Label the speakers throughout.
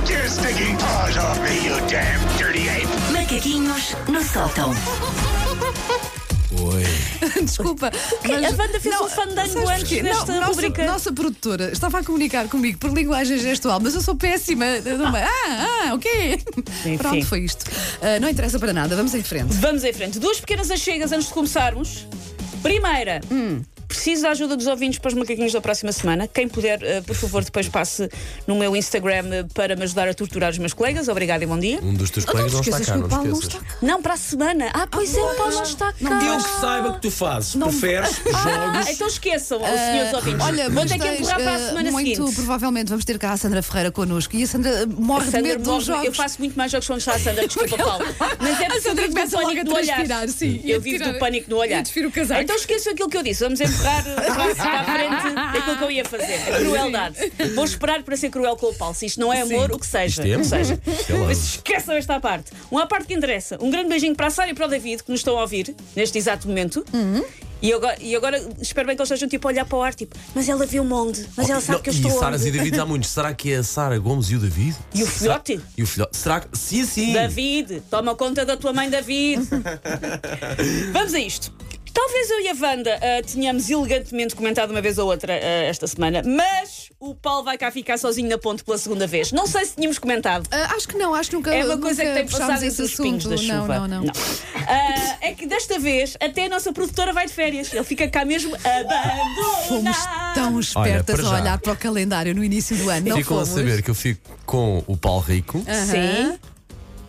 Speaker 1: fucking paws off me, you damn dirty ape!
Speaker 2: Macaquinhos no sótão.
Speaker 3: Oi.
Speaker 4: Desculpa. mas-
Speaker 5: A banda fez
Speaker 4: Não,
Speaker 5: um fandango
Speaker 4: sabes
Speaker 5: antes
Speaker 4: porquê?
Speaker 5: nesta
Speaker 4: Não, nossa,
Speaker 5: rubrica.
Speaker 4: Nossa produtora estava a comunicar comigo por linguagem gestual, mas eu sou péssima. Eu não- Ah, ah, ok.
Speaker 5: Enfim.
Speaker 4: Pronto, foi isto. Ah, não interessa para nada, vamos em frente.
Speaker 5: Vamos em frente. Duas pequenas achegas antes de começarmos. Primeira.
Speaker 4: Hum.
Speaker 5: Preciso da ajuda dos ouvintes para os macaquinhos da próxima semana. Quem puder, eh, por favor, depois passe no meu Instagram eh, para me ajudar a torturar os meus colegas. Obrigada e bom dia.
Speaker 4: Hum.
Speaker 3: Um dos teus
Speaker 4: não
Speaker 3: colegas não
Speaker 4: te
Speaker 3: está cá,
Speaker 4: esqueças que o
Speaker 3: não
Speaker 4: Paulo não
Speaker 3: esqueças.
Speaker 5: Não, para a semana. Ah, pois é, o Paulo não está cá.
Speaker 3: Eu que saiba que tu fazes. Preferes
Speaker 5: Ah,
Speaker 3: jogos.
Speaker 5: então esqueçam, os senhores ouvintes.
Speaker 4: Ah, Olha,
Speaker 5: Vou
Speaker 4: mas
Speaker 5: ter que
Speaker 4: tens,
Speaker 5: empurrar para a
Speaker 4: ah,
Speaker 5: semana
Speaker 4: muito
Speaker 5: seguinte.
Speaker 4: provavelmente vamos ter cá a Sandra Ferreira connosco e a Sandra ah, morre de
Speaker 5: Sandra,
Speaker 4: medo dos
Speaker 5: morre-
Speaker 4: jogos.
Speaker 5: eu faço muito mais jogos com a Sandra, desculpa, Paulo. Mas é
Speaker 4: A
Speaker 5: porque eu
Speaker 4: Sandra
Speaker 5: vivo do
Speaker 4: começa logo a
Speaker 5: pânico do olhar.
Speaker 4: transpirar, sim. E a
Speaker 5: Eu vivo
Speaker 4: tirar-
Speaker 5: do pânico no
Speaker 4: e a
Speaker 5: olhar.
Speaker 4: despir o casaco.
Speaker 5: Então esqueçam aquilo que eu disse. Vamos empurrar o braço para a frente daquilo que eu ia fazer. A crueldade. Vou esperar para ser cruel com o Paulo. Se isto não é amor, o que
Speaker 3: Isto
Speaker 5: seja.
Speaker 3: é
Speaker 5: o que
Speaker 3: amor.
Speaker 5: seja.
Speaker 3: Sei lá.
Speaker 5: Mas esqueçam esta parte. Uma parte que interessa. Um grande beijinho para a Sara e para o David, que nos estão a ouvir neste exato momento.
Speaker 4: Uhum.
Speaker 5: E agora, e agora espero bem que eles estejam tipo a olhar para o ar, tipo, mas ela viu-me onde? Mas ela sabe
Speaker 3: Não,
Speaker 5: que eu
Speaker 3: e
Speaker 5: estou
Speaker 3: Saras
Speaker 5: onde?
Speaker 3: e David há muitos. Será que é a Sara Gomes e o David?
Speaker 5: E o
Speaker 3: Será-
Speaker 5: filhote?
Speaker 3: E o filhote. Será que. Sim, sim.
Speaker 5: David, toma conta da tua mãe, David. Vamos a isto. Talvez eu e a Wanda ah, tenhamos elegantemente comentado uma vez ou outra ah, esta semana, mas o Paulo vai cá ficar sozinho na ponte pela segunda vez. Não sei se tínhamos comentado.
Speaker 4: Ah, acho que não, acho que nunca.
Speaker 5: É uma coisa que
Speaker 4: nunca
Speaker 5: tem
Speaker 4: puxámos
Speaker 5: passado
Speaker 4: esse
Speaker 5: entre os pingos
Speaker 4: assunto.
Speaker 5: da chuva.
Speaker 4: Não, não, não.
Speaker 5: Ah, é que desta vez até a nossa produtora vai de férias. Ele fica cá mesmo abandonado.
Speaker 4: Fomos tão espertas
Speaker 3: para
Speaker 4: a
Speaker 3: já.
Speaker 4: olhar para o calendário no início do ano. Não
Speaker 3: Ficam a
Speaker 4: fomos. Ah,
Speaker 3: saber que eu fico com o Paulo Rico,
Speaker 5: Sim,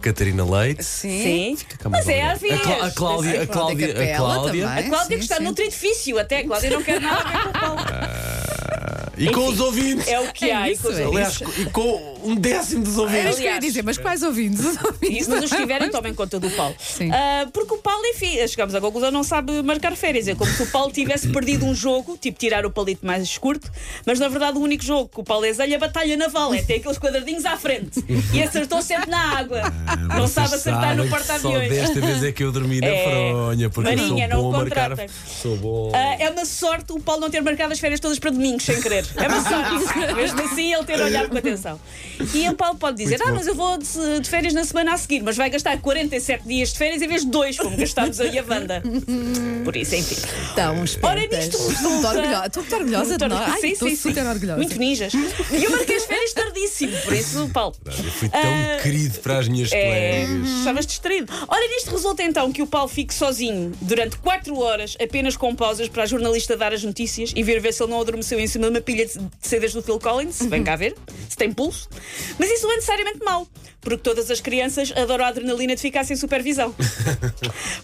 Speaker 3: Catarina Leite.
Speaker 5: Ah. sim.
Speaker 3: Fica mais
Speaker 5: Mas é
Speaker 3: alguém.
Speaker 5: às
Speaker 3: A,
Speaker 5: vezes.
Speaker 3: Clá- a Cláudia. A Cláudia. A
Speaker 4: Capela
Speaker 3: Cláudia.
Speaker 4: também.
Speaker 5: A Cláudia
Speaker 4: É Sim,
Speaker 5: que está
Speaker 4: sim.
Speaker 5: noutro edifício até. A Cláudia não quer nada a ver com o Paulo.
Speaker 3: É. E com os ouvintes.
Speaker 5: É o que
Speaker 4: É
Speaker 5: há. e
Speaker 4: isso,
Speaker 5: com os
Speaker 4: é
Speaker 5: ouvintes.
Speaker 3: Aliás, e com um décimo dos
Speaker 4: Era
Speaker 3: ouvintes.
Speaker 4: isso que eu ia
Speaker 5: Aliás.
Speaker 4: dizer, mas quais ouvintes? Os ouvintes.
Speaker 5: Isso, mas os que tiverem, tomem conta do Paulo.
Speaker 4: Sim.
Speaker 5: Ah, porque o Paulo, enfim, chegamos à conclusão, não sabe marcar férias. É como se o Paulo tivesse perdido um jogo, tipo tirar o palito mais escurto, mas na verdade o único jogo que o Paulo exalha é a Batalha Naval, é ter aqueles quadradinhos à frente. E acertou sempre na água. não sabe acertar no
Speaker 3: Só
Speaker 5: porta-aviões.
Speaker 3: desta vez é que eu dormi na
Speaker 5: É.
Speaker 3: fronha, porque
Speaker 5: Marinha,
Speaker 3: eu
Speaker 5: não
Speaker 3: sou
Speaker 5: o
Speaker 3: bom a marcar.
Speaker 5: contratem.
Speaker 3: Sou bom.
Speaker 5: Ah, é uma sorte o Paulo não ter marcado as férias todas para domingos, sem querer. É uma sorte. Mesmo assim, ele ter olhado com atenção. E o Paulo pode dizer:
Speaker 3: Muito
Speaker 5: Ah,
Speaker 3: bom.
Speaker 5: mas eu vou de, de férias na semana a seguir, mas vai gastar 47 dias de férias em vez de dois, como gastámos eu e a Wanda. Por isso, enfim.
Speaker 4: Tão
Speaker 5: Ora,
Speaker 4: espertas.
Speaker 5: nisto
Speaker 4: Estou muito orgulhosa. Estou muito orgulhosa de nós. Ai,
Speaker 5: Sim,
Speaker 4: estou
Speaker 5: sim, sim.
Speaker 4: super orgulhosa.
Speaker 5: Muito ninjas. E eu marquei as férias tardíssimo, por isso, Paulo.
Speaker 3: Eu fui tão
Speaker 5: Ah,
Speaker 3: querido para as minhas
Speaker 5: É,
Speaker 3: colegas.
Speaker 5: estavas distraído. Olha, nisto resulta então que o Paulo fique sozinho durante 4 horas, apenas com pausas, para a jornalista dar as notícias e vir ver se ele não adormeceu em cima de uma pilha de de CDs do Phil Collins. Vem cá ver, se tem pulso. Mas isso não é necessariamente mau, porque todas as crianças adoram a adrenalina de ficar sem supervisão.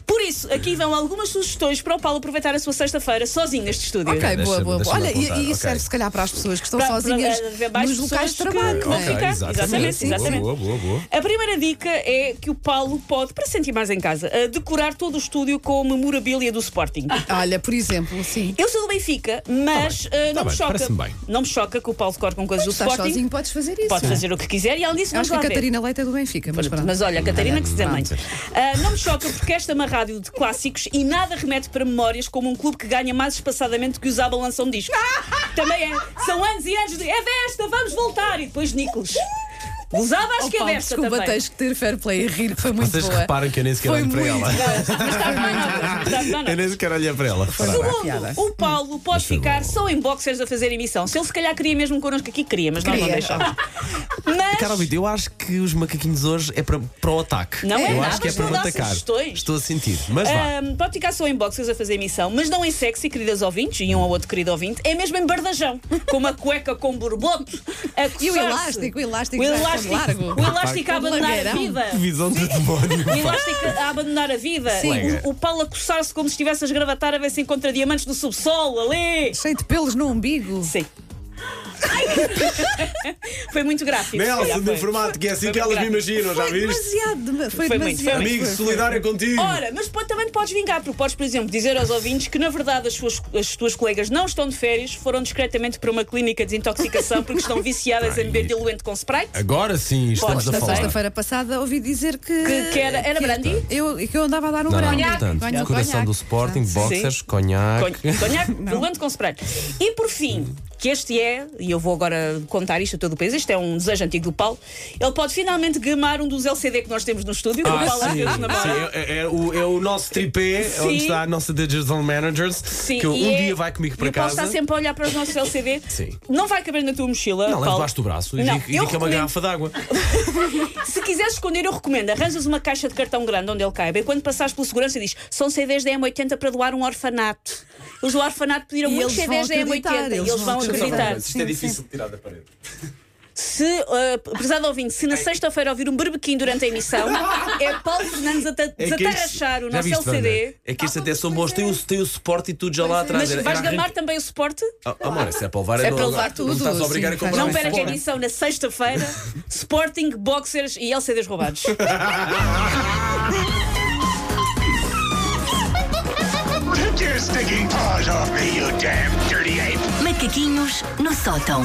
Speaker 5: Por isso, aqui vão algumas sugestões para o Paulo aproveitar a sua sexta-feira sozinho neste estúdio.
Speaker 4: Ok, boa,
Speaker 3: Deixa-me-
Speaker 4: boa, boa.
Speaker 3: deixa-me
Speaker 4: Olha, e,
Speaker 3: apontar,
Speaker 4: e
Speaker 3: ok.
Speaker 4: isso serve se calhar para as pessoas que estão
Speaker 5: Para- para
Speaker 4: sozinhas
Speaker 3: eh,
Speaker 5: haver mais
Speaker 4: nos locais de
Speaker 5: pessoas que-
Speaker 4: trabalho. não
Speaker 5: ok.
Speaker 4: é?
Speaker 5: ficar. Exatamente, exatamente.
Speaker 3: Boa, boa, boa.
Speaker 5: A primeira dica é que o Paulo pode, para se sentir mais em casa, eh, decorar todo o estúdio com a memorabilia do Sporting.
Speaker 4: Olha, por exemplo, sim.
Speaker 5: Eu sou do Benfica, mas
Speaker 3: Tá bem,
Speaker 5: eh,
Speaker 3: tá
Speaker 5: não me
Speaker 3: bem,
Speaker 5: choca.
Speaker 3: parece-me bem.
Speaker 5: Não me choca que o Paulo decore com coisas do
Speaker 4: Estás
Speaker 5: Sporting.
Speaker 4: sozinho, podes fazer isso.
Speaker 5: Pode fazer o que quiser e além disso
Speaker 4: Eu acho
Speaker 5: vamos
Speaker 4: que a
Speaker 5: lá ver.
Speaker 4: Catarina Leite é do Benfica, mas pronto.
Speaker 5: Mas olha, a Catarina que se dê muito. não me choca porque esta é uma rádio de clássicos e nada remete para memórias como um clube que ganha mais espaçadamente que usava lança um disco. Também é. São anos e anos de é desta, vamos voltar! E depois Nicolas. Usava acho
Speaker 4: Oh,
Speaker 5: que é
Speaker 4: Paulo,
Speaker 5: desta
Speaker 4: desculpa,
Speaker 5: também.
Speaker 4: tens que ter fair play a rir, que foi muito
Speaker 3: Vocês
Speaker 4: boa.
Speaker 3: reparam que eu nem sequer
Speaker 4: Foi
Speaker 3: olho para
Speaker 4: muito
Speaker 3: ela.
Speaker 5: Ah, Mas está bem, não, está bem, não.
Speaker 3: Eu nem sequer olhei para ela. Repara.
Speaker 4: é piada.
Speaker 5: Segundo, o Paulo pode ficar só em boxers a fazer emissão. Se ele se calhar queria mesmo connosco aqui, queria, mas nós não
Speaker 4: Queria.
Speaker 5: deixámos. Mas.
Speaker 3: Cara, ouvinte, eu acho que os macaquinhos hoje é para, para o ataque.
Speaker 5: Não é
Speaker 3: eu
Speaker 5: nada,
Speaker 3: acho que é
Speaker 5: mas
Speaker 3: para
Speaker 5: não
Speaker 3: me
Speaker 5: dá
Speaker 3: atacar.
Speaker 5: sugestões.
Speaker 3: Estou a sentir. Mas vá.
Speaker 5: ahm, pode ficar só em boxers a fazer emissão, mas não em sexy, queridas ouvintes, e um ao outro querido ouvinte, é mesmo em bardajão, com uma cueca com borboto, a
Speaker 4: E o
Speaker 5: coçar-se.
Speaker 4: elástico, o elástico
Speaker 5: o
Speaker 4: vai
Speaker 5: elástico,
Speaker 4: tão largo.
Speaker 5: o elástico a
Speaker 4: Com
Speaker 5: abandonar a
Speaker 4: lagueirão.
Speaker 5: vida.
Speaker 3: Visão de demónio.
Speaker 5: O elástico a abandonar a vida.
Speaker 4: Sim.
Speaker 5: O, o Paulo a coçar-se como se estivesse a esgravatar a ver se encontra diamantes no subsolo, ali.
Speaker 4: Cheio de pelos no umbigo.
Speaker 5: Sim. Foi muito gráfico. se calhar
Speaker 3: Nelson
Speaker 5: foi.
Speaker 3: do formato, que é assim
Speaker 5: Foi
Speaker 3: que elas me
Speaker 5: muito
Speaker 3: imaginam, já
Speaker 4: Foi
Speaker 3: viste?
Speaker 4: demasiado. dema- Foi,
Speaker 5: Foi muito,
Speaker 4: demasiado.
Speaker 5: foi muito.
Speaker 3: Amigo solidário contigo.
Speaker 5: Ora, mas pô- também te podes vingar, porque podes, por exemplo, dizer aos ouvintes que na verdade as, suas, as tuas colegas não estão de férias, foram discretamente para uma clínica de desintoxicação porque estão viciadas em beber diluente com Sprite.
Speaker 3: Agora sim estamos
Speaker 5: Podes,
Speaker 3: a
Speaker 4: Na
Speaker 3: falar.
Speaker 4: sexta-feira passada ouvi dizer que.
Speaker 5: Que, que era, era brandy?
Speaker 4: Eu, que eu andava a dar um
Speaker 3: Não, não,
Speaker 4: branco.
Speaker 3: portanto,
Speaker 4: Ganho um
Speaker 3: coração
Speaker 4: conhaque.
Speaker 3: do Sporting, boxers, conhaque.
Speaker 5: Conhaque, diluente com Sprite. E por fim, que este é, e eu vou agora contar isto a todo o país, este é um desejo antigo do Paulo, ele pode finalmente gamar um dos LCD que nós temos no estúdio, que o Paulo às
Speaker 3: Ah, sim,
Speaker 5: vezes namora.
Speaker 3: sim, é, é o, é o nosso tripé,
Speaker 5: assim,
Speaker 3: é
Speaker 5: Sim.
Speaker 3: onde está a nossa Digital Managers,
Speaker 5: Sim,
Speaker 3: que um
Speaker 5: e é-
Speaker 3: dia vai comigo
Speaker 5: e
Speaker 3: para
Speaker 5: o Paulo
Speaker 3: casa.
Speaker 5: está sempre a olhar para os nossos LCD.
Speaker 3: Sim.
Speaker 5: Não vai caber na tua mochila.
Speaker 3: Não, levo
Speaker 5: Paulo.
Speaker 3: debaixo do braço e
Speaker 5: Não,
Speaker 3: digo, e
Speaker 5: eu
Speaker 3: digo que é uma
Speaker 5: recomendo-
Speaker 3: garrafa d'água.
Speaker 5: Se quiseres esconder, eu recomendo. Arranjas uma caixa de cartão grande onde ele caiba. E quando passares pelo segurança, diz: são CDs da M80 para doar um orfanato. Eles do orfanato pediram
Speaker 4: E
Speaker 5: muitos
Speaker 4: eles vão
Speaker 5: CDs da
Speaker 4: acreditar,
Speaker 5: M80 e eles vão acreditar.
Speaker 4: Isto é Sim, difícil
Speaker 6: de tirar da parede.
Speaker 5: Se, uh, prezado ouvinte, se na sexta-feira ouvir um berbequim durante a emissão, é Paulo Fernandes a ta-
Speaker 3: É que este-
Speaker 5: desatarachar o
Speaker 3: já
Speaker 5: nosso
Speaker 3: viste,
Speaker 5: LCD.
Speaker 3: Wanda? É que este até são bons, tem o, tem o suporte e tudo já lá atrás.
Speaker 5: Ah, Mas
Speaker 3: Era-
Speaker 5: vais
Speaker 3: era
Speaker 5: gamar também o suporte?
Speaker 3: Ah, amor, se é para levar,
Speaker 5: Se é
Speaker 3: não-
Speaker 5: para levar
Speaker 3: não
Speaker 4: tudo,
Speaker 3: me estás a obrigar
Speaker 4: sim,
Speaker 3: a comprar
Speaker 4: faz
Speaker 5: Não é
Speaker 3: um
Speaker 5: perca a
Speaker 3: suporte.
Speaker 5: edição na sexta-feira. Sporting, boxers e LCDs roubados.
Speaker 1: Take your stinking paws off me, you damn dirty ape!
Speaker 2: Macaquinhos no sótão.